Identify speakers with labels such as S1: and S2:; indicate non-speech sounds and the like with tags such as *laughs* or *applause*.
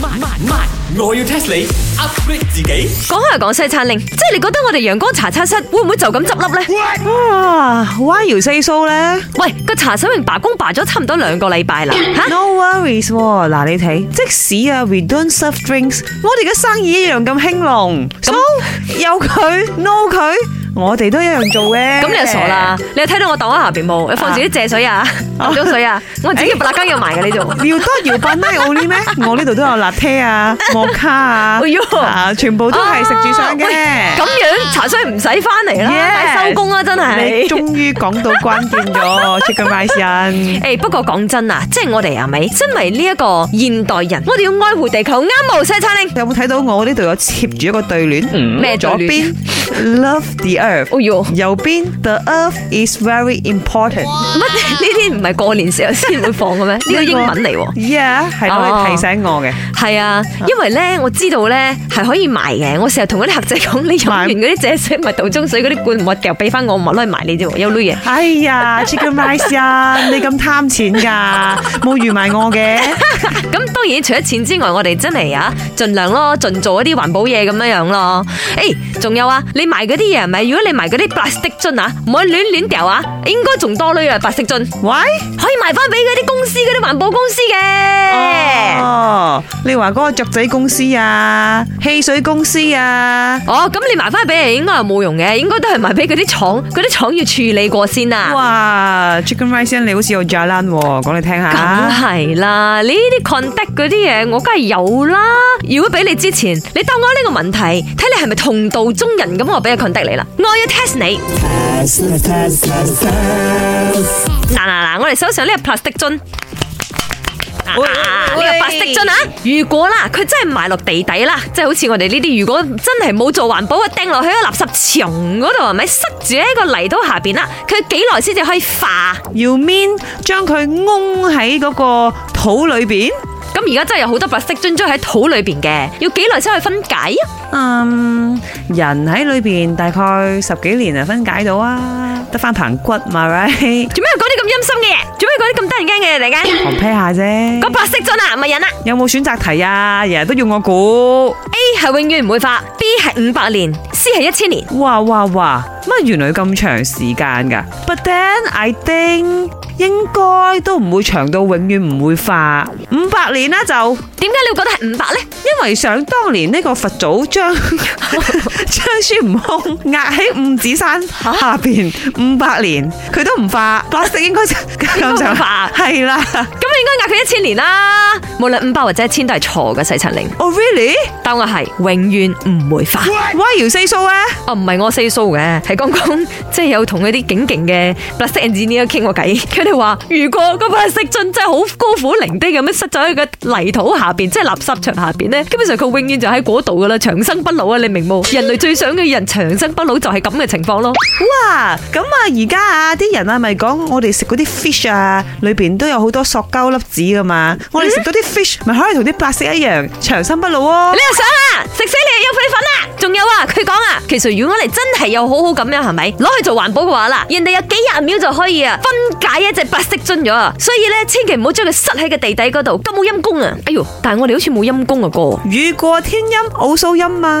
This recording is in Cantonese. S1: 慢慢慢，我要 test 你 upgrade 自己。
S2: 講下講西餐令，即係你覺得我哋陽光茶餐室會唔會就咁執笠呢？
S3: 啊，why you say so 咧
S2: 喂，個茶水榮罷工罷咗差唔多兩個禮
S3: *laughs*
S2: 拜啦，吓、
S3: ？No worries 喎，嗱你睇，即使啊 we don't serve drinks，我哋嘅生意一樣咁興隆，so 有佢 no 佢，我哋都一樣做嘅。
S2: 咁你就傻啦！你有睇到我檔喺下邊冇？你放自己借水啊，飲咗
S3: *laughs* 哎
S2: 水啊，我自己白辣羹有埋嘅呢度。
S3: 要多搖品咩
S2: *laughs*
S3: 奧利咩？我呢度都有辣啡啊、摩卡啊
S2: 哎呦，
S3: 啊，全部都係食住上
S2: 啊。
S3: 嘅
S2: 喂咁樣茶水唔使翻嚟啦，
S3: Yes
S2: 收工啦，啊真
S3: 你
S2: 係。
S3: 終於講到關鍵咗 Chicken Rice
S2: *laughs*
S3: 人，
S2: 誒，不過講真啊，即係我哋係咪身為呢一個現代人，我哋要愛護地球，啱冇西餐令。
S3: 有冇睇到我呢度有貼住一個對聯？
S2: 咩
S3: 左
S2: 對聯
S3: 邊 Love the Earth，
S2: 哎呦，乜
S3: 右邊 The Earth is very important。
S2: 呢啲唔係過年時候先會放嘅咩？呢個英文嚟喎。
S3: Yeah，係
S2: 哦
S3: 攞嚟提醒我嘅。
S2: 係啊，因為咧我知道咧係可以埋嘅，我成日同嗰啲客仔講，你飲完嗰啲借水咪倒中水嗰啲罐唔係掉俾翻我，唔係攞去埋你啫喎，有女嘢。
S3: 哎呀，Chicken Rice 人，你咁貪錢㗎，冇預埋我嘅。
S2: 咁當然除咗錢之外，我哋真係啊，盡量咯，盡做一啲環保嘢咁樣樣咯。誒、仲有啊，你賣嗰啲嘢係咪？如果你賣嗰啲白色樽啊，唔可以亂亂掉啊，應該仲多女啊，白色樽
S3: 喂？
S2: 可以賣翻俾嗰啲公司嗰啲環保公司嘅。
S3: 哦，你話嗰個雀仔公司啊、汽水公司啊，
S2: 哦，咁你賣翻俾人應該係冇用嘅，應該都係賣俾嗰啲廠，嗰啲廠要處理過先啊。
S3: 哇，Chicken Rice 你好似有 Jalan 喎，講你聽
S2: 梗
S3: 下。
S2: 係啦，你呢啲 contact 嗰啲嘢，我梗係有啦。如果俾你之前，你答我呢個問題，睇你係咪同道中人咁，我俾個 contact 你啦。我要 test 你。嗱嗱嗱，我哋手上呢個 plastic 樽。嗱
S3: 喂
S2: 嗱
S3: 喂
S2: 呢個 plastic 樽啊，如果啦，佢真係埋落地底啦，即係好似我哋呢啲，如果真係冇做環保啊，掟落去個垃圾場嗰度，係咪塞住喺個泥土下邊啦？佢幾耐先至可以化？
S3: You mean 將佢擁喺嗰個肚裏邊？
S2: 咁而家真係有好多白色樽樽喺土裏邊嘅，要幾耐先可以分解啊？
S3: 嗯，人喺裏邊大概十幾年啊，分解到啊，得翻棚骨嘛，right？
S2: 做咩要講啲咁陰森嘅嘢？做咩要講啲咁得人驚嘅嘢嚟 *laughs* 嘅？
S3: 狂 pair 下啫
S2: 個。白色樽啊，唔係人啊
S3: 有冇選擇題啊？日日都要我估。
S2: ！A 係永遠唔會化，B 係五百年，C 係一千年。
S3: 哇哇哇！乜原來咁長時間噶？But then I think 應該都唔會長到永遠唔會化五百年啦就，
S2: 點解你會覺得係五百呢？
S3: 因為想當年呢個佛祖 *laughs* 將將孫悟空壓喺五指山下邊五百年，佢都唔化，白色應該 *laughs* 就咁上
S2: 化
S3: 係啦。
S2: 咁你應該壓佢一千年啦。無論五百或者一千都係錯嘅，細陳玲。
S3: Oh really？
S2: 但我係永遠唔會化。
S3: Why you say so 啊？
S2: 哦，唔係我 say so 嘅，係剛剛即係有同嗰啲景勁嘅 plastic engineer 傾過偈，佢哋話如果個 plastic 樽真係好孤苦伶仃咁樣塞咗喺個泥土下邊，即係垃圾場下邊咧，基本上佢永遠就喺嗰度噶啦，長生不老啊！你明冇？人類最想嘅人長生不老就係咁嘅情況咯。
S3: 哇！咁啊，而家啊，啲人啊，咪講我哋食嗰啲 fish 啊，裏邊都有好多塑膠粒子噶嘛。我哋食嗰啲 fish 咪可以同啲白色一樣長生不老哦
S2: 你。又想啊？食死你有粉粉啊！仲有啊，佢講啊，其實如果你真係有好好咁樣，係咪攞去做環保嘅話啦，人哋有幾廿秒就可以啊分解一隻白色樽咗啊！所以咧，千祈唔好將佢塞喺個地底嗰度，咁冇陰功啊！哎喲，但係我哋好似冇陰功啊哥。
S3: 雨過天陰，奧數陰嘛。